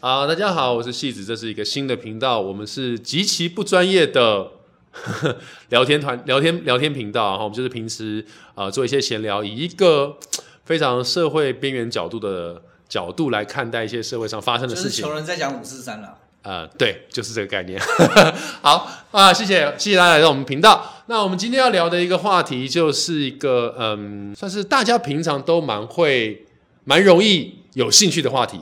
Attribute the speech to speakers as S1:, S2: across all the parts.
S1: 好，大家好，我是戏子，这是一个新的频道，我们是极其不专业的 聊天团、聊天聊天频道，然后我们就是平时呃做一些闲聊，以一个非常社会边缘角度的角度来看待一些社会上发生的
S2: 就
S1: 事
S2: 是
S1: 情
S2: 穷。人在讲五四三啦。
S1: 呃，对，就是这个概念。 好啊、谢谢谢谢大家来到我们频道。那我们今天要聊的一个话题，就是一个嗯，算是大家平常都蛮会、蛮容易有兴趣的话题：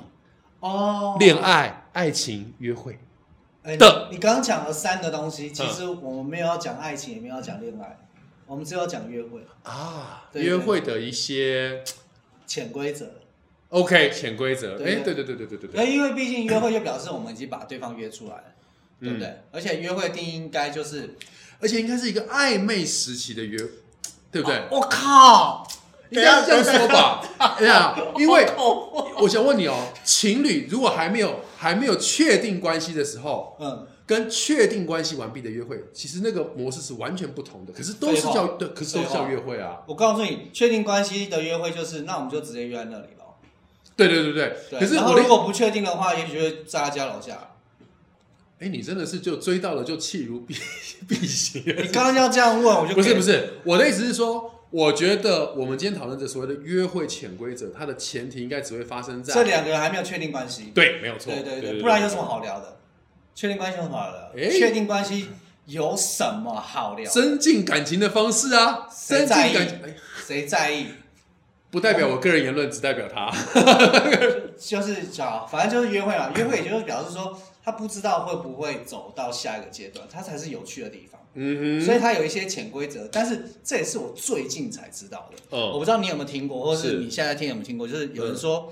S2: 哦
S1: 恋爱、爱情、约会。
S2: 爱
S1: 的
S2: 你刚刚讲了三个东西，其实我们没有要讲爱情，也没有要讲恋爱，我们只有讲约会
S1: 啊，
S2: 对
S1: 约会的一些
S2: 潜规则。
S1: OK 潜规则。哎，
S2: 对
S1: 对
S2: 对
S1: 对对对对对
S2: 那
S1: 对，
S2: 因为毕竟约会就表示我们已经把对方约出来了，
S1: 嗯
S2: 对不对？而且约会定义应该就是，
S1: 而且应该是一个暧昧时期的约，对不对
S2: 啊？ 我、靠，
S1: 应该是这样说吧？ 哎呀，因 为
S2: 哦，
S1: 我想问你哦，情侣如果还没有还没有确定关系的时候，
S2: 嗯，
S1: 跟确定关系完毕的约会，其实那个模式是完全不同的，可是都是
S2: 废话
S1: 叫对，可是都是
S2: 废话
S1: 叫约会啊。
S2: 我告诉你，确定关系的约会就是，那我们就直接约在那里咯。
S1: 对对对对，
S2: 对，
S1: 可是
S2: 然后
S1: 我的
S2: 如果不确定的话，也许会在他家楼下。
S1: 哎，你真的是就追到了就弃如敝 敝屣了
S2: 你刚刚要这样问，我就
S1: 不是
S2: 给
S1: 不是，我的意思是说，我觉得我们今天讨论的所谓的约会潜规则，它的前提应该只会发生在
S2: 这两个人还没有确定关系。
S1: 对，没有错，
S2: 对对
S1: 对，
S2: 对，不然有什么好聊的？确定关系有什么好聊的？
S1: 诶
S2: 确定关系有什么好聊？
S1: 增进感情的方式啊？增
S2: 谁
S1: 进
S2: 在意
S1: 感情，哎
S2: 谁在意？
S1: 不代表我个人言论，只代表他。
S2: 就是讲，反正就是约会嘛。约会也就是表示说，他不知道会不会走到下一个阶段，他才是有趣的地方。
S1: 嗯
S2: 所以他有一些潜规则，但是这也是我最近才知道的。我
S1: 哼，
S2: 不知道你有没有听过，或
S1: 哦是
S2: 是你现在听有没有听过？就是有人说，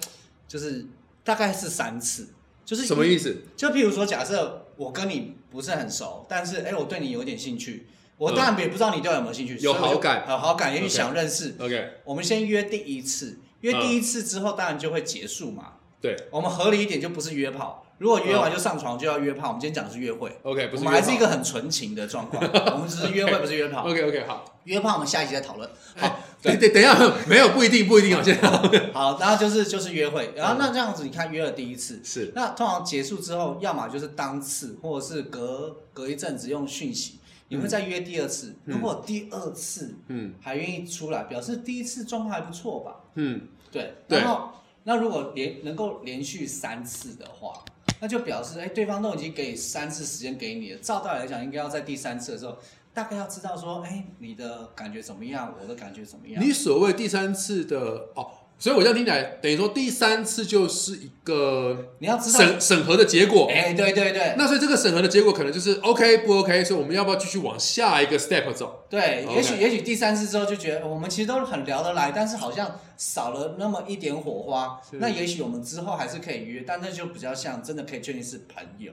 S2: 就是大概是三次，就是
S1: 嗯，什么意思？
S2: 就譬如说，假设我跟你不是很熟，但是哎、我对你有点兴趣，我当然也不知道你对我有没有兴趣，
S1: 嗯有
S2: 所以我就
S1: 好感
S2: 有好感，也许
S1: OK
S2: 想认识。
S1: ？OK，
S2: 我们先约第一次，约第一次之后，当然就会结束嘛。
S1: 对
S2: 我们合理一点，就不是约炮。如果约完就上床就要约炮，我们今天讲的是约会，
S1: ，OK，不是哎
S2: 我们还是一个很纯情的状 况，我们只是约会，不是约炮。
S1: OK OK 好，
S2: 约炮我们下一集再讨论。好，对
S1: 等等等一下，没有不一定不一定哦，现在
S2: 好，然后就是就是约会，然后那这样子，你看约了第一次，
S1: 是
S2: 那通常结束之后，要么就是当次，或者是隔隔一阵子用讯息，你会再约第二次。
S1: 嗯
S2: 如果第二次
S1: 嗯
S2: 还愿意出来，表示第一次状况还不错吧？
S1: 嗯
S2: 对，
S1: 对
S2: 然后那如果连能够连续三次的话，那就表示哎、对方都已经给三次时间给你了，照道理来讲，应该要在第三次的时候，大概要知道说，哎、你的感觉怎么样，我的感觉怎么样？
S1: 你所谓第三次的哦，所以我这样听起来，等于说第三次就是一个
S2: 你要知道，
S1: 审审核的结果。
S2: 哎、对对对，
S1: 那所以这个审核的结果可能就是 OK 不 OK，所以我们要不要继续往下一个 step 走？
S2: 对，
S1: OK
S2: 也许也许第三次之后就觉得我们其实都很聊得来，但是好像少了那么一点火花
S1: 是。
S2: 那也许我们之后还是可以约，但那就比较像真的可以确定是朋友。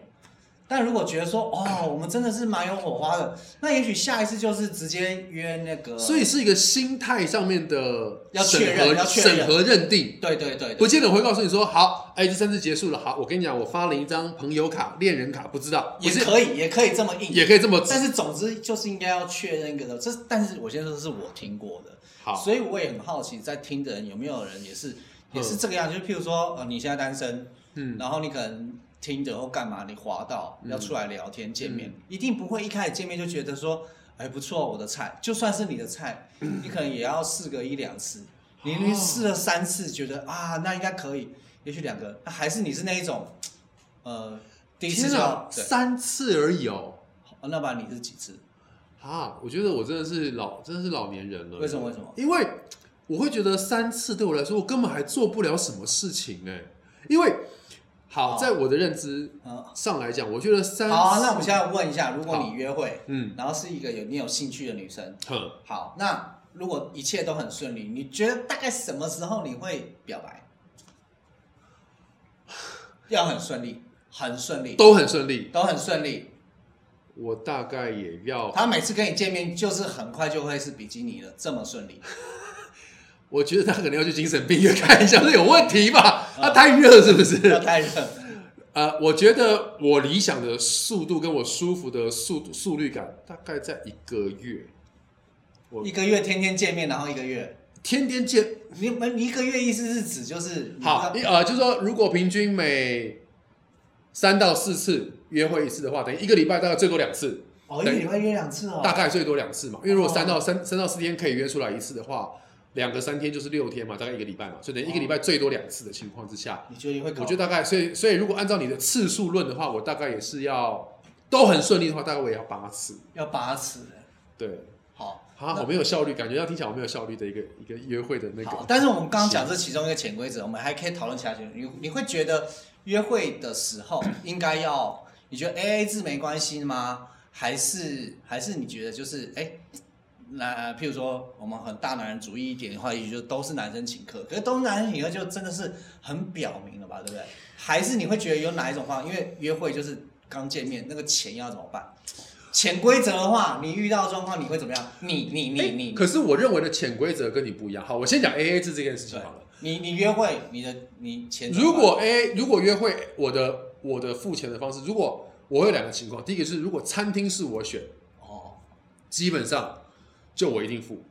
S2: 但如果觉得说哦，我们真的是蛮有火花的，那也许下一次就是直接约那个。
S1: 所以是一个心态上面的
S2: 要
S1: 审
S2: 确认
S1: 核
S2: 要确认
S1: 审核认定，
S2: 对对对对，
S1: 不见得会告诉你说好，哎，第三次结束了，好，我跟你讲，我发了一张朋友卡、恋人卡，不知道，不
S2: 也
S1: 是
S2: 可以也可以这么硬，
S1: 也可以这么
S2: 但是总之就是应该要确认一个的。这但是我先说是我听过的，
S1: 好，
S2: 所以我也很好奇，在听的人有没有人也是也是这个样，就譬如说，呃，你现在单身，
S1: 嗯，
S2: 然后你可能听着或干嘛，你滑到要出来聊天见
S1: 嗯
S2: 面，一定不会一开始见面就觉得说，哎，不错，我的菜，就算是你的菜，你可能也要试个一两次，你
S1: 嗯
S2: 你
S1: 哦
S2: 试了三次，觉得啊，那应该可以，也许两个，那啊还是你是那一种，呃，第一次
S1: 天
S2: 就
S1: 啊
S2: 要，对，
S1: 三次而已哦。
S2: 哦那不然你是几次？
S1: 啊，我觉得我真的是老，真的是老年人了。
S2: 为什么？为什么？
S1: 因为我会觉得三次对我来说，我根本还做不了什么事情哎、因为好，
S2: 好
S1: 在我的认知
S2: 嗯，
S1: 上来讲，我觉得三次，
S2: 好啊，那我们现在问一下，如果你约会，
S1: 嗯，
S2: 然后是一个有你有兴趣的女生，
S1: 哼，
S2: 好，那如果一切都很顺利，你觉得大概什么时候你会表白？要很顺利，很顺利，
S1: 都很顺利。
S2: 都很顺利。
S1: 我大概也要，
S2: 他每次跟你见面就是很快就会是比基尼了，这么顺利。
S1: 我觉得他可能要去精神病院看一下，这有问题 吧？
S2: 嗯
S1: 他太热是不
S2: 不
S1: 是？
S2: 要 太热，
S1: 呃，我觉得我理想的速度跟我舒服的速度速率感，大概在一个月，我
S2: 一个月天天见面，然后一个月，
S1: 天天见
S2: 你们你一个月意思是指就是你
S1: 好，
S2: 要
S1: 一呃，就是说，如果平均每三到四次约会一次的话，等于一个礼拜大概最多两次，
S2: 哦，一个礼拜约两次哦，
S1: 大概最多两次嘛。因为如果
S2: 哦
S1: 三到三三到四天可以约出来一次的话，两个三天就是六天嘛，大概一个礼拜嘛，所以等于一个礼拜最多两次的情况之下，
S2: 你觉得你会搞？
S1: 我觉得大概，所以所以如果按照你的次数论的话，我大概也是要都很顺利的话，大概我也要八次。
S2: 要八次，
S1: 对，
S2: 好，
S1: 啊，
S2: 那
S1: 好没有效率，感觉要听起来我没有效率的一个一个约会的那
S2: 好
S1: 个。
S2: 但是我们刚刚讲这其中一个潜规则，我们还可以讨论其他潜规则。你你会觉得约会的时候应该要，你觉得 A A 制没关系吗？还是还是你觉得就是哎，那、譬如说我们很大男人主义一点的话，也许就都是男生请客，可是都是男生请客就真的是很表明了吧，对不对？还是你会觉得有哪一种方法？因为约会就是刚见面，那个钱要怎么办？潜规则的话，你遇到状况你会怎么样？你你你
S1: 哎
S2: 你，
S1: 可是我认为的潜规则跟你不一样。好，我先讲 A A 制这件事情好了。
S2: 你你约会，你的你钱怎么
S1: 如
S2: 办
S1: 果 A 如果约会，我的我的付钱的方式，如果我会有两个情况，第一个是如果餐厅是我选，
S2: 哦
S1: 基本上就我一定付，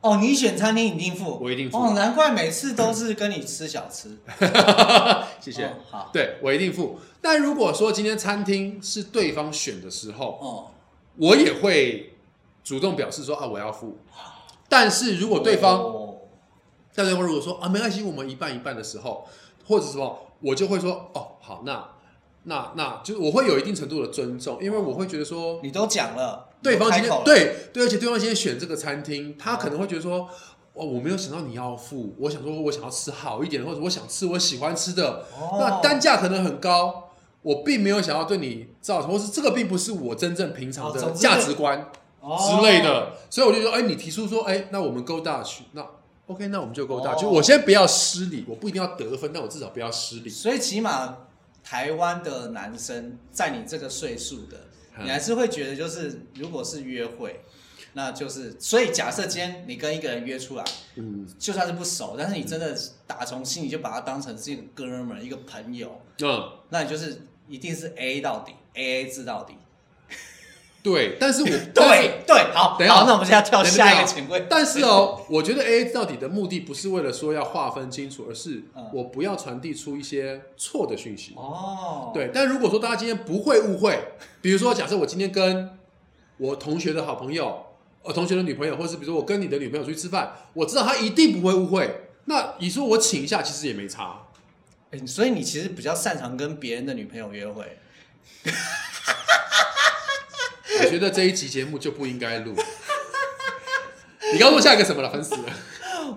S2: 哦，你选餐厅你一定付，
S1: 我一定付啊
S2: 哦，难怪每次都是跟你吃小吃，
S1: 谢谢。
S2: 哦好，
S1: 对我一定付。但如果说今天餐厅是对方选的时候，
S2: 哦，
S1: 我也会主动表示说啊我要付。但是如果对方
S2: 哦
S1: 但对方如果说啊没关系，我们一半一半的时候，或者什么，我就会说哦好，那那那就是我会有一定程度的尊重，因为我会觉得说
S2: 你都讲了，
S1: 对方今
S2: 你
S1: 天
S2: 都开口了，
S1: 对对，而且对方今天选这个餐厅，他可能会觉得说。哦，我没有想到你要付，我想说我想要吃好一点的，或者我想吃我喜欢吃的，
S2: 哦
S1: 那单价可能很高，我并没有想要对你造成，或是这个并不是我真正平常
S2: 哦
S1: 的
S2: 总之
S1: 价值观。
S2: 哦
S1: 之类的，所以我就说，哎、你提出说，哎、那我们 go 大去，那 OK，那我们就 go 大去。
S2: 哦
S1: 我先不要失礼，我不一定要得分，但我至少不要失礼。
S2: 所以起码台湾的男生在你这个岁数的，
S1: 嗯
S2: 你还是会觉得就是如果是约会。那就是，所以假设今天你跟一个人约出来，
S1: 嗯，
S2: 就算是不熟，但是你真的打从心里就把他当成是一个哥们儿、一个朋友，
S1: 嗯，
S2: 那你就是一定是 A 到底，A A 制到底。
S1: 对，但是 我但是
S2: 对对，好，
S1: 等一下
S2: 好，那我们现在跳
S1: 等一
S2: 下
S1: 下
S2: 一个潜规。
S1: 但是哦， 我觉得 A A 到底的目的不是为了说要划分清楚，而是
S2: 嗯
S1: 我不要传递出一些错的讯 息。
S2: 哦，，
S1: 对，但如果说大家今天不会误会，比如说假设我今天跟我同学的好朋友，呃，同学的女朋友，或是比如说我跟你的女朋友出去吃饭，我知道她一定不会误会，那你说我请一下，其实也没差。
S2: 所以你其实比较擅长跟别人的女朋友约会。
S1: 我觉得这一集节目就不应该 录。你刚说下一个什么了？烦死了。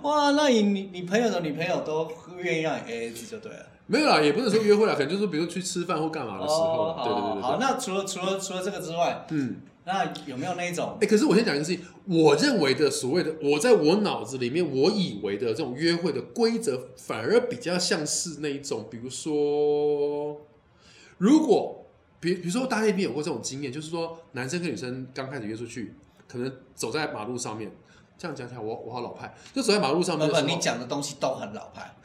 S2: 哇，那你你你朋友的女朋友都愿意让你 A A 制就对了。
S1: 没有啦，也不能说约会啦，可能就是比如说去吃饭或干嘛的时候
S2: 哦，
S1: 啦。
S2: 好
S1: 对对对
S2: 好，
S1: 对对。
S2: 那除了除了除了这个之外，
S1: 嗯，
S2: 那有没有那一种
S1: 哎、可是我先讲一个事情，我认为的所谓的，我在我脑子里面，我以为的这种约会的规则，反而比较像是那一种，比如说，如果，比比如说大家一定有过这种经验，就是说男生跟女生刚开始约出去，可能走在马路上面，这样讲起来我我好老派，就走在马路上
S2: 不
S1: 面的
S2: 不，
S1: 时候，
S2: 你讲的东西都很老派，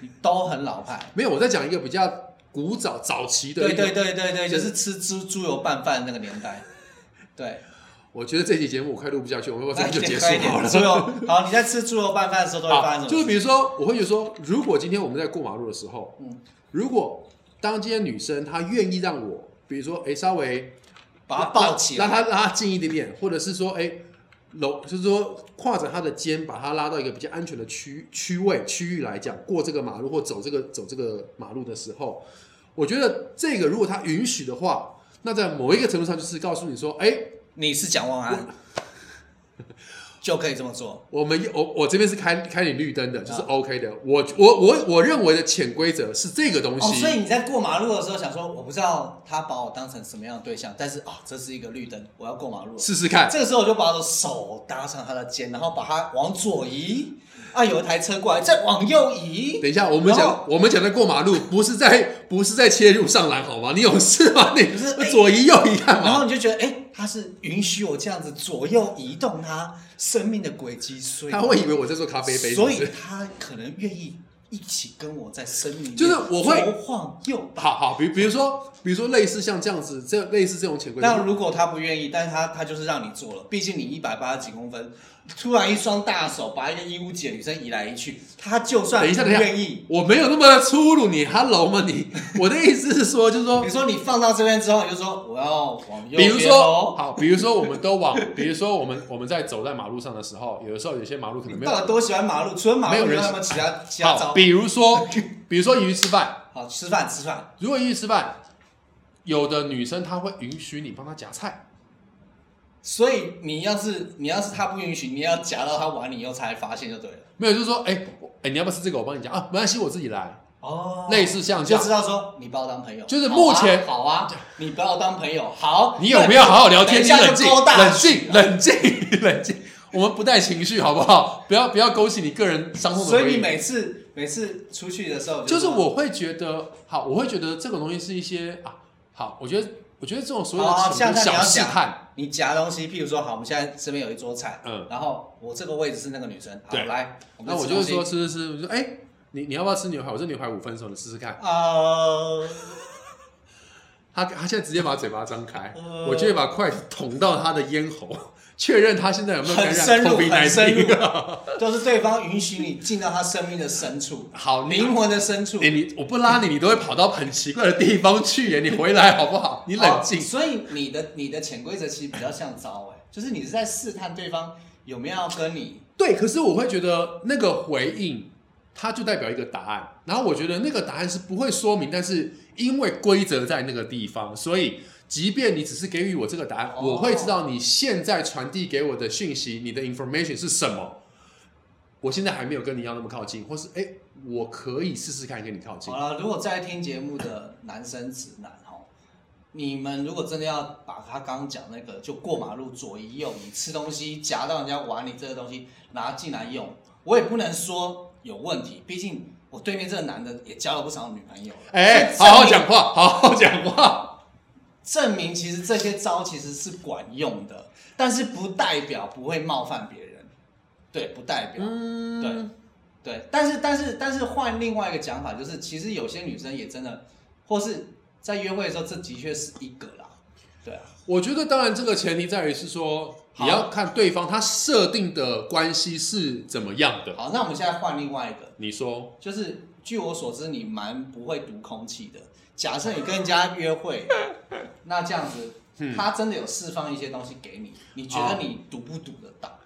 S2: 你都很老派。
S1: 没有，我在讲一个比较古早早期的一
S2: 对
S1: 个，
S2: 对对对对，就是吃猪猪油拌饭那个年代。对，
S1: 我觉得这期节目我快录不下去，我们要不要
S2: 那
S1: 这样就结 束
S2: 快一点
S1: 好了。
S2: 猪油，好，你在吃猪油拌饭的时候都会发生
S1: 啊
S2: 什，么事？
S1: 就是比如说，我会觉得说，如果今天我们在过马路的时候，
S2: 嗯
S1: 如果当今天女生她愿意让我，比如说，哎、稍微
S2: 把它抱起来，
S1: 让她让她近一点点，或者是说，哎、搂，就是说跨着她的肩，把她拉到一个比较安全的区区位区域来讲，过这个马路或走这个走这个马路的时候，我觉得这个如果她允许的话，那在某一个程度上就是告诉你说，哎、
S2: 你是蒋万 安，就可以这么做。
S1: 我们我我这边是开开你绿灯的，就是
S2: 啊
S1: OK 的。我我我我认为的潜规则是这个东
S2: 哦，
S1: 西。
S2: 所以你在过马路的时候想说，我不知道他把我当成什么样的对象，但是哦，这是一个绿灯，我要过马路了。
S1: 试试看，
S2: 这个时候我就把我的手搭上他的肩，然后把他往左移，啊，有一台车过来，再往右移。
S1: 等一下我们
S2: 然
S1: 讲我们讲的过马路，不是在不是在切入上栏好吗？你有事吗？你
S2: 不是哎
S1: 左移右移干
S2: 然
S1: 嘛？
S2: 后你就觉得，哎、他是允许我这样子左右移动他生命的轨迹，所以
S1: 他会以为我在做咖啡杯，
S2: 所
S1: 是不
S2: 以
S1: 是
S2: 他可能愿意一起跟我在生命里面
S1: 就是我会
S2: 左晃右摆。
S1: 好好，比比如说比如说类似像这样子，这类似这种潜规
S2: 那
S1: 则。
S2: 如果他不愿意，但是他他就是让你做了，毕竟你一百八十几公分，突然一双大手把一个衣物姐女生移来移去，他就算
S1: 等一下
S2: 不
S1: 等一下
S2: 愿意，
S1: 我没有那么粗鲁你，Hello 吗你？我的意思是说，就是说
S2: 你，说你放到这边之后，你就说我要往右
S1: 比如
S2: 边
S1: 说，
S2: 哦。
S1: 好，比如说我们都往，比如说我们我们在走在马路上的时候，有的时候有些马路可能
S2: 你
S1: 没
S2: 到
S1: 有
S2: 底多喜欢马路？除了马
S1: 没
S2: 路，
S1: 有
S2: 你
S1: 人
S2: 有没有其他其他
S1: 好，
S2: 招？
S1: 比如 说，比如说鱼吃饭，
S2: 好，吃饭吃饭，
S1: 如果鱼吃饭，有的女生她会允许你帮她夹菜，
S2: 所以你要是你要是他不允许，你要夹到他碗里以后才发现就对了。
S1: 没有就是说，哎、我哎、你要不要吃这个？我帮你夹啊，没关系，我自己来，
S2: 哦
S1: 类似像
S2: 你
S1: 这
S2: 就
S1: 样
S2: 知。道说你把我当朋友，
S1: 就是目前
S2: 好啊，好啊你把我当朋友，好，
S1: 你有没有好好聊天？
S2: 等
S1: 你
S2: 一下
S1: 冷静，
S2: 就勾大
S1: 冷
S2: 举
S1: 静， 冷静，冷静。我们不带情绪，好不好？不要不要勾起你个人伤痛的
S2: 所
S1: 回忆。
S2: 以你每次每次出去的时候，
S1: 就是
S2: 说
S1: 我会觉得，好，我会觉得这个东西是一些啊，好，我觉得我觉得这种所有
S2: 好啊
S1: 的
S2: 像
S1: 小
S2: 像你要
S1: 小试
S2: 讲
S1: 探，
S2: 你夹东西，譬如说，好，我们现在这边有一桌菜，
S1: 嗯
S2: 然后我这个位置是那个女生，好，
S1: 对
S2: 来，
S1: 那
S2: 们
S1: 我
S2: 吃
S1: 就
S2: 东
S1: 会
S2: 西
S1: 说，吃吃吃，我就说哎、你你要不要吃牛排？我这牛排五分熟，你试试看。
S2: 呃，
S1: 他他现在直接把嘴巴张开，
S2: 呃
S1: 我就会把筷子捅到他的咽喉，确认他现在有没有感
S2: 很
S1: 染
S2: 深入
S1: COVID
S2: 很深入
S1: 19。
S2: 就是对方允许你进到他生命的深处，
S1: 好，你
S2: 灵魂的深处
S1: 哎、，你我不拉你，你都会跑到很奇怪的地方去耶！你回来好不好？你冷静
S2: 哦。所以你的你的潜规则其实比较像招，哎，就是你是在试探对方有没有要跟你
S1: 对，可是我会觉得那个回应，它就代表一个答案。然后我觉得那个答案是不会说明，但是因为规则在那个地方，所以即便你只是给予我这个答案，
S2: 哦
S1: 我会知道你现在传递给我的讯息，你的 information 是什么。我现在还没有跟你要那么靠近，或是哎，我可以试试看跟你靠近
S2: 好。了，如果在听节目的男生直男哈，你们如果真的要把他刚刚讲那个，就过马路左移右移，吃东西夹到人家碗里这个东西拿进来用，我也不能说有问题，毕竟我对面这个男的也交了不少女朋友了。
S1: 哎，
S2: 所以
S1: 好好
S2: 证明，
S1: 讲话，好好讲话。
S2: 证明其实这些招其实是管用的，但是不代表不会冒犯别人，对，不代表。
S1: 嗯，
S2: 对对，但是但是但是换另外一个讲法，就是其实有些女生也真的，或是在约会的时候，这的确是一个啦。对啊，
S1: 我觉得当然这个前提在于是说，
S2: 好
S1: 你要看对方他设定的关系是怎么样的。
S2: 好，那我们现在换另外一个，
S1: 你说
S2: 就是据我所知，你蛮不会读空气的。假设你跟人家 约会，那这样子，
S1: 嗯
S2: 他真的有释放一些东西给你，你觉得你读不读得到？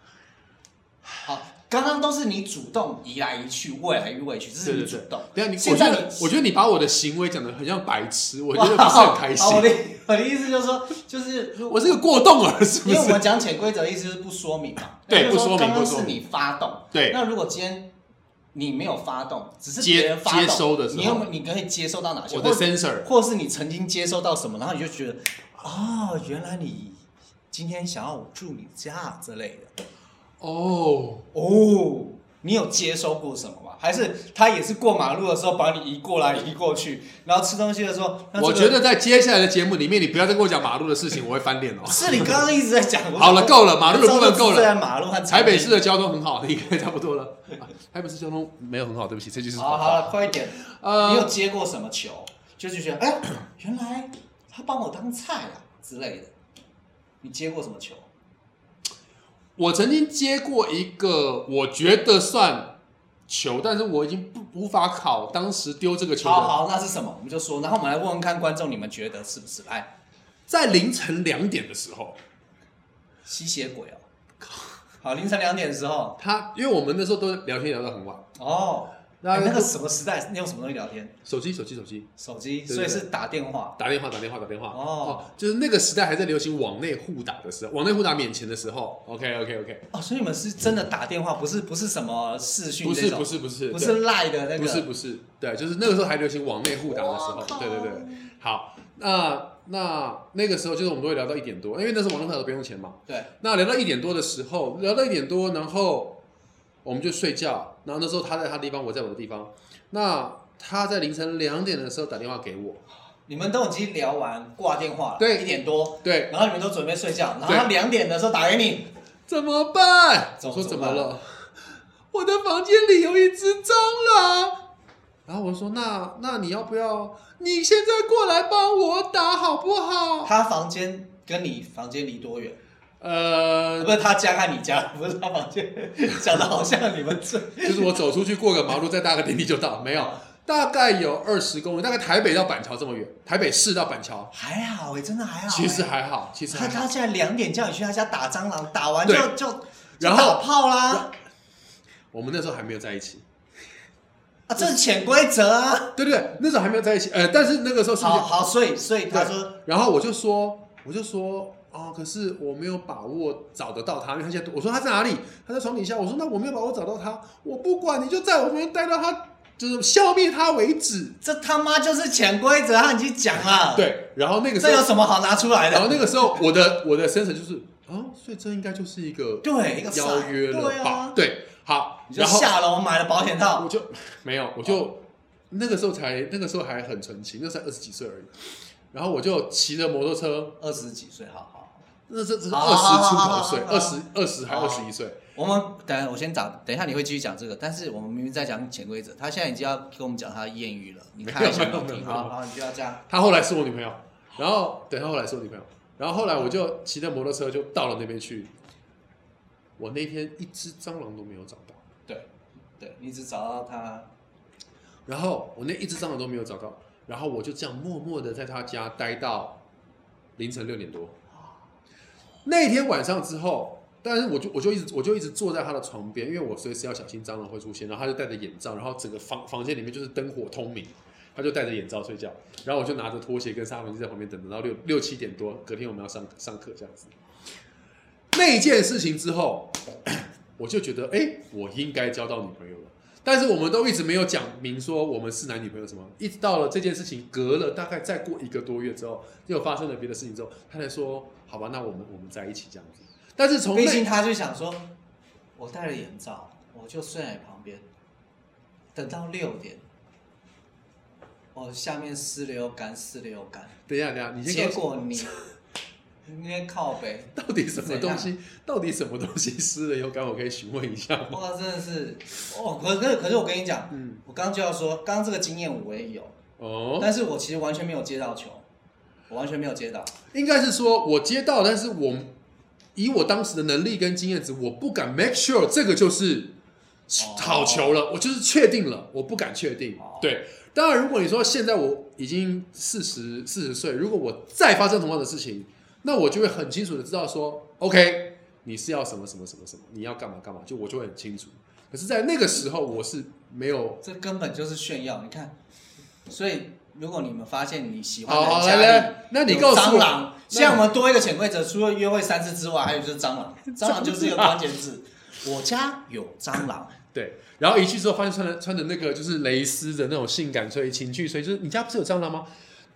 S2: 好，刚刚都是你主动移来移去，未来移未去，这是你
S1: 对对
S2: 主
S1: 对
S2: 动。
S1: 等一下你，
S2: 现
S1: 我觉
S2: 在
S1: 得
S2: 你
S1: 我觉得你把我的行为讲的很像白痴，我觉 得不是很开
S2: 好我的
S1: 心。
S2: 我的意思就是说，就是如果
S1: 我是个过动儿，是不
S2: 因为我
S1: 是
S2: 们？讲潜规则，意思就是不说明嘛。
S1: 对
S2: 那就是
S1: 不说明
S2: 刚刚
S1: 不说
S2: 是
S1: 明
S2: 你发动，
S1: 对
S2: 那如果今天你没有发动，只是
S1: 接
S2: 别人发动
S1: 接收的时候
S2: 你有没有你可以接收到哪些？
S1: 我的
S2: 或者
S1: sensor
S2: 或是你曾经接收到什么，然后你就觉得，哦，原来你今天想要我住你家之类的。
S1: 哦，
S2: 哦，你有接收过什么吗？还是他也是过马路的时候把你移过来移过去，然后吃东西的时候，那这个
S1: 我觉得在接下来的节目里面，你不要再跟我讲马路的事情，我会翻 脸哦。
S2: 是你刚刚一直在讲。我
S1: 好了，够了，马路的部分够
S2: 在
S1: 了。
S2: 马路和场地
S1: 台北市的交通很好，应该差不多了。啊台北市交通没有很好，对不起，这句是
S2: 好
S1: 谎
S2: 好
S1: 话。
S2: 了，快一点。你有
S1: 呃，
S2: 接过什么球？就是觉得，哎、 原来他帮我当菜啊之类的。你接过什么球？
S1: 我曾经接过一个，我觉得算球，但是我已经不无法考当时丢这个球
S2: 好
S1: 的
S2: 好，那是什么？我们就说，然后我们来问问看观众，你们觉得是不是？哎来，
S1: 在凌晨两点的时候，
S2: 吸血鬼 哦。好，凌晨两点的时候，
S1: 他因为我们那时候都聊天聊到很晚，
S2: 哦，
S1: 那
S2: 哎那个什么时代，你用什么东西聊天？
S1: 手机手机手机
S2: 手机，
S1: 对
S2: 所以
S1: 对
S2: 是打电话。
S1: 打电话打电话打电话
S2: 哦
S1: 就是那个时代还在流行网内互打的时候，网内互打免钱的时候，OK OK OK，
S2: 哦，所以你们是真的打电话，不是不是什么视讯
S1: 不
S2: 这
S1: 是
S2: 种，
S1: 不是不是
S2: 不是赖的
S1: 对
S2: 那个，
S1: 不是不是，对，就是那个时候还流行网内互打的时
S2: 哇
S1: 候
S2: 靠，
S1: 对对对，好，那那那个时候就是我们都会聊到一点多，因为那时候网内互打都不用钱嘛，
S2: 对，
S1: 那聊到一点多的时候，聊到一点多，然后我们就睡觉。然后那时候他在他的地方，我在我的地方。那他在凌晨两点的时候打电话给我，
S2: 你们都已经聊完挂电话了，
S1: 对
S2: 一点多，
S1: 对，
S2: 然后你们都准备睡觉，然后
S1: 对
S2: 他两点的时候打给你，
S1: 怎么办？
S2: 怎
S1: 我说
S2: 怎
S1: 怎
S2: 么
S1: 么
S2: 办
S1: 了？我的房间里有一只蟑螂。然后我说那那你要不要？你现在过来帮我打好不好？
S2: 他房间跟你房间离多远？
S1: 呃，
S2: 不是他家和你家，不是他房间， 讲的好像你们这
S1: 就是我走出去过个马路，再搭个电梯就到，没有，大概有二十公里，大概台北到板桥这么远，台北市到板桥，
S2: 还好哎、真的还好、
S1: 其实还好，其实
S2: 他
S1: 还好
S2: 他。现在两点叫你去他家打蟑螂，打完
S1: 对
S2: 就就
S1: 然
S2: 就打
S1: 后
S2: 炮啦，
S1: 我们那时候还没有在一起，
S2: 啊，这是潜规则啊。
S1: 对对对，那时候还没有在一起，呃，但是那个时候是不是
S2: 好好，所以所以他说
S1: 然后我就说，我就说，哦，可是我没有把握找得到他，因为他现在我说他在哪里？他在床底下。我说那我没有把握找到他，我不管，你就在我旁边待到他就是消灭他为止。
S2: 这他妈就是潜规则，他已经讲了，，
S1: 对，然后那个时
S2: 这有
S1: 候，
S2: 什么好拿出来
S1: 然后
S2: 的？
S1: 那个时候我的我的 sense 就是，啊，所以这应该就是一个
S2: 对，一个
S1: 邀约
S2: 对
S1: 了吧
S2: 啊？，
S1: 对，好
S2: 你，就
S1: 然后
S2: 下楼买了保险套
S1: 我，就没有，我就、那个时候才那个时候还很纯情，那时候才二十几岁而已。然后我就骑着摩托车，
S2: 二十几岁，好好。
S1: 那这只是
S2: 好
S1: 二
S2: 好
S1: 十出
S2: 好好
S1: 头岁，
S2: 好
S1: 二十二十还
S2: 好
S1: 二十一岁。
S2: 我们等一下，我先讲，等一下你会继续讲这个，但是我们明明在讲潜规则，他现在已经要跟我们讲他的艳遇了，你看一下
S1: 没有没有
S2: 听，
S1: 没有
S2: 好好，你就要这样，
S1: 她后来是我女朋友，然后等她后来是我女朋友，然后后来我就骑着摩托车就到了那边去。我那天一只蟑螂都没有找到，
S2: 对，对你只找到他，
S1: 然后我那一只蟑螂都没有找到，然后我就这样默默的在她家待到凌晨六点多。那天晚上之后，但是我就我就一直我就一直坐在她的床边，因为我随时要小心蟑螂会出现。然后她就戴着眼罩，然后整个房房间里面就是灯火通明，她就戴着眼罩睡觉。然后我就拿着拖鞋跟杀虫剂在旁边等，等到六六七点多，隔天我们要上上课这样子。那一件事情之后， 我就觉得，哎、我应该交到女朋友了。但是我们都一直没有讲明说我们是男女朋友什么，一直到了这件事情隔了大概再过一个多月之后，又发生了别的事情之后，他才说好吧，那我们我们在一起这样子。但是从
S2: 毕
S1: 那
S2: 竟他就想说，我戴了眼罩，我就睡在你旁边，等到六点，我下面湿流感，湿流感，
S1: 等一下等一下，你
S2: 结
S1: 先告诉
S2: 果你，你那靠北，
S1: 我到底什么东西，到底什么东西湿了有感，我可以询问一下吗？
S2: 哇，真的是，哦，可可可是我跟你讲，
S1: 嗯，
S2: 我刚刚就要说，刚刚这个经验我也有，
S1: 哦，
S2: 但是我其实完全没有接到球，我完全没有接到，
S1: 应该是说我接到，但是我以我当时的能力跟经验值，我不敢 make sure 这个就是
S2: 哦
S1: 好球了，我就是确定了，我不敢确定
S2: 哦。
S1: 对，当然如果你说现在我已经四十四十岁，如果我再发生同样的事情，那我就会很清楚的知道说，OK，你是要什么什么什么什么，你要干嘛干嘛，就我就会很清楚。可是，在那个时候，我是没有。
S2: 这根本就是炫耀，你看，所以如果你们发现你喜欢
S1: 好，
S2: 的
S1: 好来
S2: 家里
S1: 来，那你告诉
S2: 蟑
S1: 我，
S2: 螂，现在我们多一个潜规则，除了约会三次之外，还有就是 蟑螂，蟑螂就是一个关键字。我家有 蟑螂，
S1: 对，然后一去之后发现穿的穿的那个就是蕾丝的那种性感睡衣、情趣睡衣，就是你家不是有蟑螂吗？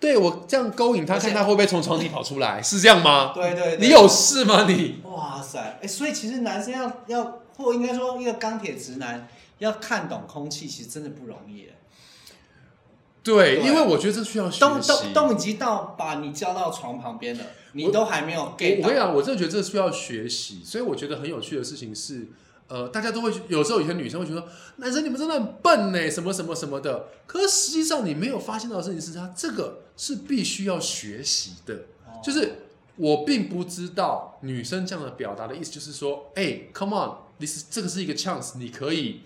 S1: 对我这样勾引他，
S2: 而且
S1: 看他会不会从床底跑出来，是这样吗？
S2: 对对
S1: 你？有事吗你？
S2: 哇塞，哎，所以其实男生要要，或应该说一个钢铁直男要看懂空气，其实真的不容易。
S1: 对，
S2: 对
S1: 因为我觉得这需要学习。
S2: 都都都已经到把你叫到床旁边了，你都还没有
S1: 我
S2: get
S1: 我跟你
S2: 到。
S1: 讲，我真的觉得这需要学习，所以我觉得很有趣的事情是，呃，大家都会有时候有些女生会觉得说啊男生你们真的很笨呢，什么什么什么的。可是实际上你没有发现到的事情是，他这个是必须要学习的，
S2: 哦
S1: 就是我并不知道女生这样的表达的意思，就是说，哎、c o m e on，this is- 这个是一个 chance，你可以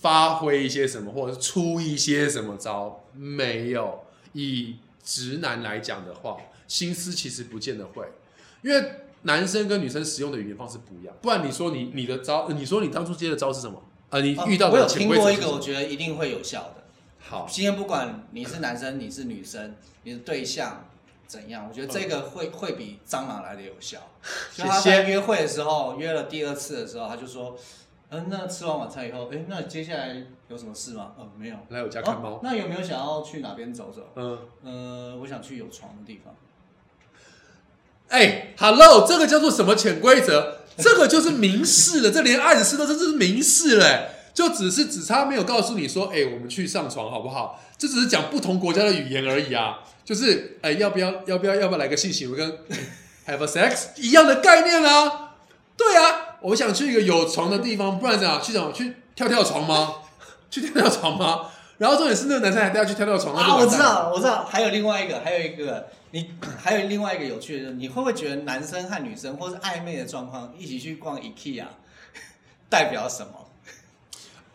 S1: 发挥一些什么，或者是出一些什么招，没有。以直男来讲的话，心思其实不见得会，因为男生跟女生使用的语言方式不一样。不然你说你你的招，呃你说你当初接的招是什么？啊，你
S2: 哦
S1: 遇到
S2: 我
S1: 的
S2: 有
S1: 潜
S2: 听
S1: 规则
S2: 过
S1: 是
S2: 一
S1: 什
S2: 个，我
S1: 么？
S2: 觉得一定会有效的。
S1: 好，
S2: 今天不管你是男生，你是女生，你的对象怎样，我觉得这个
S1: 嗯
S2: 会、会比蟑螂来的有效。
S1: 谢
S2: 就他在约会的时候，约了第二次的时候，他就说：“嗯、那吃完晚餐以后，哎、那接下来有什么事吗？嗯、没有。
S1: 来我家看
S2: 哦
S1: 猫。
S2: 那有没有想要去哪边走走？
S1: 嗯，
S2: 呃，我想去有床的地方。
S1: 哎，Hello，这个叫做什么潜规则？这个就是明示了，这连暗示都这是明示了，哎就只是只差没有告诉你说，哎，我们去上床好不好？这只是讲不同国家的语言而已啊，就是哎，要不要要不要要不要来个性行为跟 have a sex 一样的概念啊？对啊，我想去一个有床的地方，不然怎样？去什么？去跳跳床吗？去跳跳床吗？然后重点是那个男生还带他去跳到床上就
S2: 啊，我
S1: 完蛋
S2: 知
S1: 了
S2: 道，我知道，还有另外一个，还有一个，你 还有另外一个有趣的，你会不会觉得男生和女生或是暧昧的状况一起去逛 IKEA 代表什么？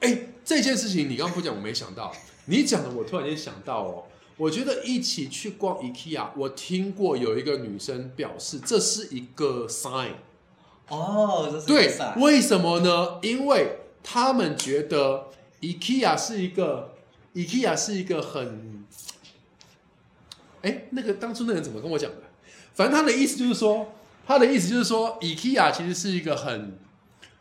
S1: 哎，这件事情你刚刚不讲，我没想到。你讲的，我突然间想到哦。我觉得一起去逛 IKEA，我听过有一个女生表示这是一个 sign。
S2: 哦，这是
S1: 对
S2: sign，
S1: 为什么呢？因为他们觉得 IKEA 是一个 IKEA 是一个很……哎，那个当初那人怎么跟我讲的？反正他的意思就是说，他的意思就是说，IKEA 其实是一个很，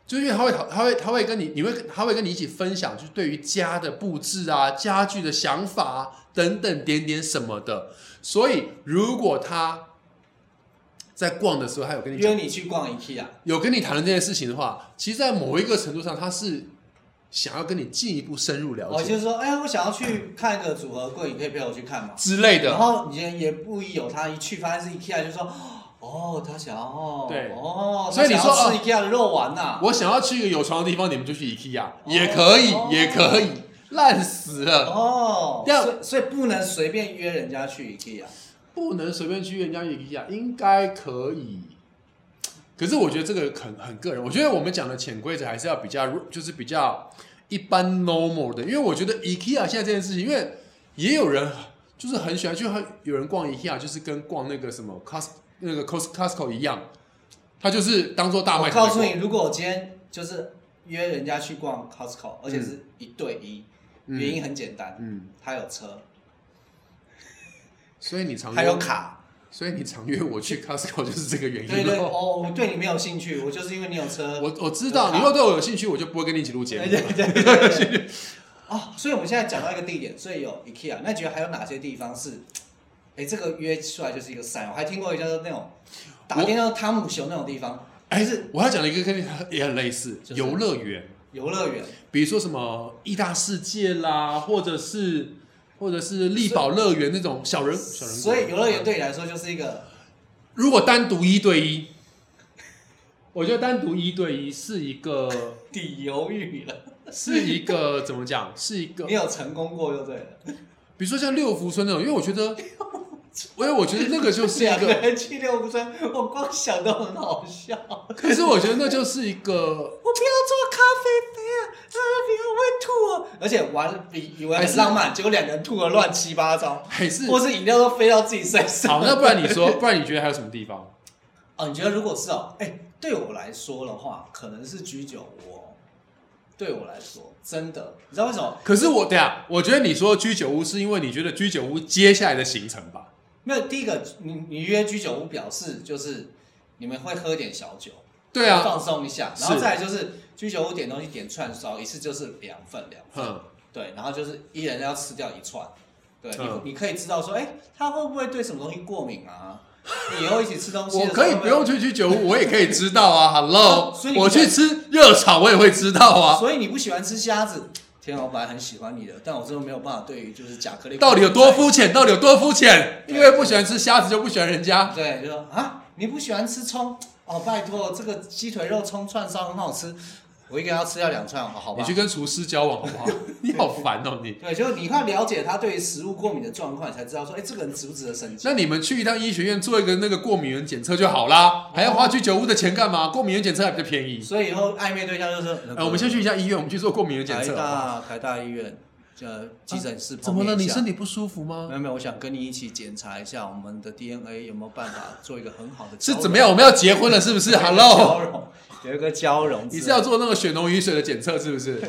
S1: 就是因为他会讨，他会他会跟你，你会他会跟你一起分享，就是对于家的布置啊、家具的想法、啊、等等点点什么的。所以如果他在逛的时候，他有跟你讲
S2: 约你去逛 IKEA，
S1: 有跟你谈论这件事情的话，其实，在某一个程度上，他是想要跟你进一步深入了
S2: 我
S1: 解
S2: 就是说，哎、我想要去看一个组合柜，你可以陪我去看吗？
S1: 之类
S2: 然
S1: 的。
S2: 后你也不疑有他，一去发现是 IKEA 就说，哦，他想要，哦
S1: 对
S2: 哦，
S1: 所以你
S2: 他
S1: 说
S2: 想要
S1: 哦
S2: 吃 IKEA 的肉丸呐、
S1: 我想要去一个有床的地方，你们就去 IKEA 也
S2: 哦
S1: 可以
S2: 哦，
S1: 也可以，烂死了，
S2: 哦，
S1: 要
S2: 所以所以不能随便约人家去 IKEA。
S1: 不能随便去人家 IKEA，应该可以。可是我觉得这个很很个人，我觉得我们讲的潜规则还是要比较，就是比较一般 normal 的，因为我觉得 IKEA 现在这件事情，因为也有人就是很喜欢去，很有人逛 IKEA，就是跟逛那个什么 Cos 那个 Cos Costco 一样，他就是当做大卖
S2: 我
S1: 场
S2: 告
S1: 在
S2: 诉
S1: 逛。
S2: 你，如果我今天就是约人家去逛 Costco，而且是一对一，
S1: 嗯
S2: 原因很简单，
S1: 嗯，
S2: 他有车，
S1: 所以你常约
S2: 他有，卡。
S1: 所以你常约我去 Costco 就是这个原
S2: 对
S1: 因
S2: 对，
S1: 咯。
S2: 哦，我对你没有兴趣，我就是因为你有车。
S1: 哎我我知道，
S2: 有
S1: 你
S2: 卡
S1: 如果对我有兴趣，我就不会跟你一起录节目
S2: 对
S1: 了。
S2: 对对对对对。哦，所以我们现在讲到一个地点，所以有 IKEA，那你觉得还有哪些地方是？哎，这个约出来就是一个赛，我还听过一个叫做那种打
S1: 我
S2: 电话汤姆熊那种地方，
S1: 哎，
S2: 就是是
S1: 我要讲的一个跟你很也很类似，
S2: 就是
S1: 游乐园，
S2: 游乐园。
S1: 比如说什么意大世界啦，或者是或者是力宝乐园那种小人小人国。
S2: 所以游乐园对你来说就是一个
S1: 如果单独一对一，我觉得单独一对一是一 个
S2: 你犹豫了，
S1: 是一个怎么讲？是一 个
S2: 你有成功过就对了。
S1: 比如说像六福村那种，因为我觉 得，因为我觉得那个就是一
S2: 两个
S1: 个，
S2: 人去六福村，我光想都很好笑。我不要
S1: 可是我觉得那就是一个
S2: 做咖啡杯啊，啊，别人会吐、哦。而且玩得比以为
S1: 还是
S2: 很浪漫，结果两个人吐的乱七八糟，
S1: 还是
S2: 或是饮料都飞到自己身上。
S1: 好。那不然你说，不然你觉得还有什么地方？
S2: 哦，你觉得如果是哦，哎、对我来说的话，可能是居酒屋、哦。对我来说，真的，你知道为什么？
S1: 可是我对啊，我觉得你说居酒屋是因为你觉得居酒屋接下来的行程吧？
S2: 没有第一个，你你约居酒屋表示就是你们会喝点小酒，
S1: 对啊，
S2: 放松一下，然后再来就是居酒屋点东西点串烧，一次就是两份两份，
S1: 嗯，
S2: 对，然后就是一人要吃掉一串，对，
S1: 嗯
S2: 你你可以知道说，哎、他会不会对什么东西过敏啊？ 你以后一起吃东西，
S1: 我可以不用。去居酒屋，我也可以知道啊。Hello，
S2: 啊所以你
S1: 我去吃热炒，我也会知道啊。
S2: 所以你不喜欢吃虾子，天啊，我本来很喜欢你的，但我真的没有办法对于就是甲壳类
S1: 到底有多肤浅？到底有多肤浅？
S2: 对
S1: 因为不喜欢吃虾子就不喜欢人家。
S2: 对，就说啊，你不喜欢吃葱哦，拜托，这个鸡腿肉葱串烧很好吃，我一个人要吃掉两串，好好
S1: 你
S2: 吧
S1: 去？跟厨师交往好不 好？你好烦哦你。
S2: 对，就是你要了解他对于食物过敏的状况，你才知道说，哎、这个人值不值得生气
S1: 那。你们去一趟医学院做一个那个过敏原检测就好啦，还要花居酒屋的钱干嘛？过敏原检测还比较便宜。
S2: 所以以后暧昧对象就是，
S1: 哎、我们先去一下医院，我们去做过敏原检
S2: 台
S1: 测好不好。
S2: 大台大医院呃急诊室、
S1: 怎么了？你身
S2: 体？
S1: 体不舒服吗
S2: 没？有没有，我想跟你一起检查一下我们的 DNA 有没有办法做一个很好的
S1: 是
S2: 交融
S1: 怎么样？我们要结婚了是不是
S2: 有一个
S1: ？Hello，
S2: 交融有一个交融之类的。
S1: 你是要做那个血浓于水的检测是不是？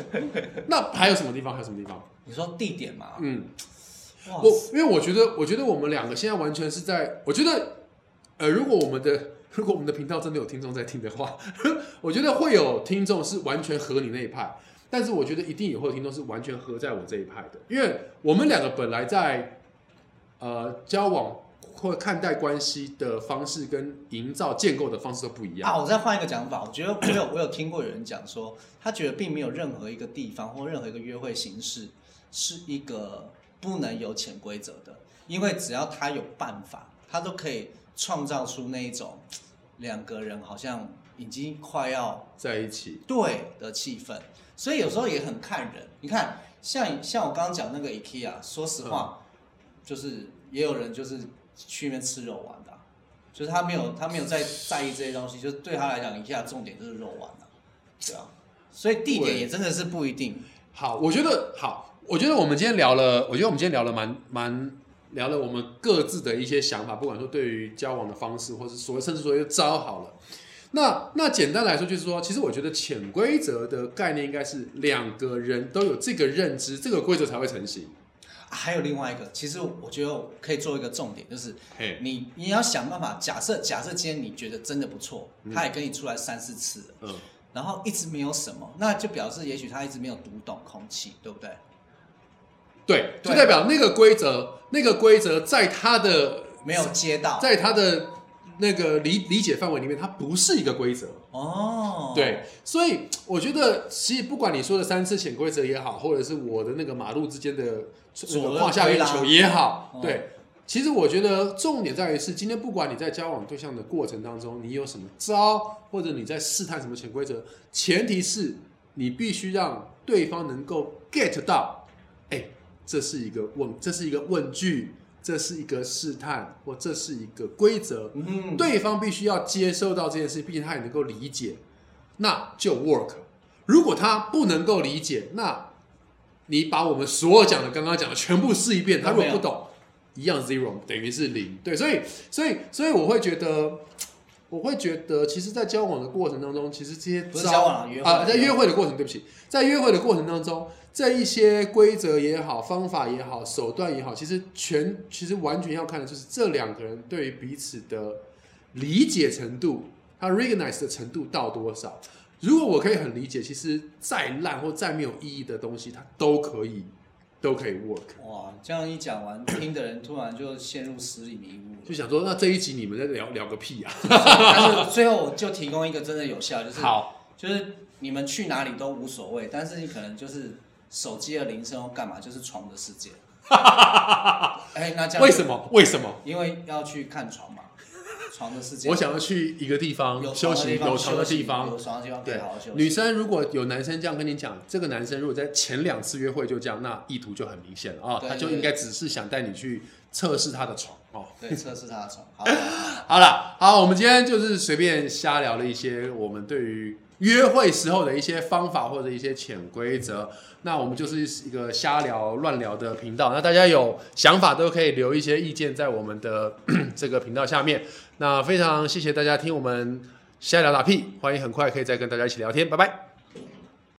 S1: 那还有什么地方？还有什么地方？
S2: 你说地点嘛？
S1: 嗯，
S2: 哇
S1: 我因为我觉得，我觉得我们两个现在完全是在，我觉得，呃，如果我们的 如果我们的频道真的有听众在听的话， 我觉得会有听众是完全合你那一派，但是我觉得一定也会有听众是完全合在我这一派的，因为我们两个本来在呃交往或看待关系的方式跟营造建构的方式都不一样。
S2: 啊，我再换一个讲法，我觉得我有我有听过有人讲说，他觉得并没有任何一个地方或任何一个约会形式是一个不能有潜规则的，因为只要他有办法，他都可以创造出那一种两个人好像已经快要
S1: 在一起，
S2: 对的气氛，所以有时候也很看人。你看，像像我刚刚讲那个 IKEA，说实话，就是也有人就是去那边吃肉丸的啊、就是他没有他没有在在意这些东西，就是对他来讲，IKEA 重点就是肉丸啊，对啊，所以地点
S1: 对
S2: 也真的是不一定。
S1: 好，我觉得好，我觉得我们今天聊了，我觉得我们今天聊了蛮蛮聊了我们各自的一些想法，不管说对于交往的方式，或是所谓甚至所谓招好了。那那简单来说就是说，其实我觉得潜规则的概念应该是两个人都有这个认知，这个规则才会成型。
S2: 啊还有另外一个，其实我觉得我可以做一个重点，就是
S1: 嘿，
S2: 你你要想办法，假设假设今天你觉得真的不错，他也跟你出来三四次了，
S1: 嗯，
S2: 然后一直没有什么，那就表示也许他一直没有读懂空气，对不对？
S1: 对，就
S2: 对
S1: 代表那个规则，那个规则在他的
S2: 没有接到
S1: 在他的那个理理解范围里面，它不是一个规则。
S2: 哦，
S1: 对，所以我觉得，其实不管你说的三次潜规则也好，或者是我的那个马路之间的那个胯下运球也好
S2: 哦，
S1: 对，其实我觉得重点在于是，今天不管你在交往对象的过程当中，你有什么招，或者你在试探什么潜规则，前提是你必须让对方能够 get 到，哎，这是一个问，这是一个问句，这是一个试探，或这是一个规则，
S2: 嗯，
S1: 对方必须要接受到这件事，毕竟他也能够理解，那就 work。如果他不能够理解，那你把我们所有讲的、刚刚讲的全部试一遍，他如果不懂，一样 zero 等于是零。对，所以，所以，所以我会觉得，我会觉得，其实，在交往的过程当中，其实这些
S2: 不是
S1: 招
S2: 交往啊约会
S1: 啊、在约会的过程，对不起，在约会的过程当中，这一些规则也好、方法也好、手段也好，其实全其实完全要看的就是这两个人对于彼此的理解程度，他 recognize 的程度到多少。如果我可以很理解，其实再烂或再没有意义的东西，它都可以，都可以 work。
S2: 哇，这样一讲完，听的人突然就陷入十里迷 雾
S1: 就
S2: 了。
S1: 想说，那这一集你们在聊聊个屁啊！
S2: 但是最后我就提供一个真的有效，就是
S1: 好，
S2: 就是你们去哪里都无所谓，但是你可能就是手机的铃声或干嘛，就是床的世 界。哎、那这样
S1: 为什？么？为什么？
S2: 因为要去看床嘛，床的世界。
S1: 我想要去一个地方
S2: 有
S1: 休
S2: 床
S1: 息，
S2: 的
S1: 有床的地方
S2: 有，床的地方可以
S1: 对
S2: 好好休息。
S1: 女生如果有男生这样跟你讲，这个男生如果在前两次约会就这样，那意图就很明显了啊、
S2: 对
S1: 他就应该只是想带你去测试他的床哦。
S2: 对测试她的床，好好好
S1: 好了，好，我们今天就是随便瞎聊了一些我们对于约会时候的一些方法或者一些潜规则。那我们就是一个瞎聊乱聊的频道，那大家有想法都可以留一些意见在我们的 这个频道下面。那非常谢谢大家听我们瞎聊打屁，欢迎很快可以再跟大家一起聊天，拜拜。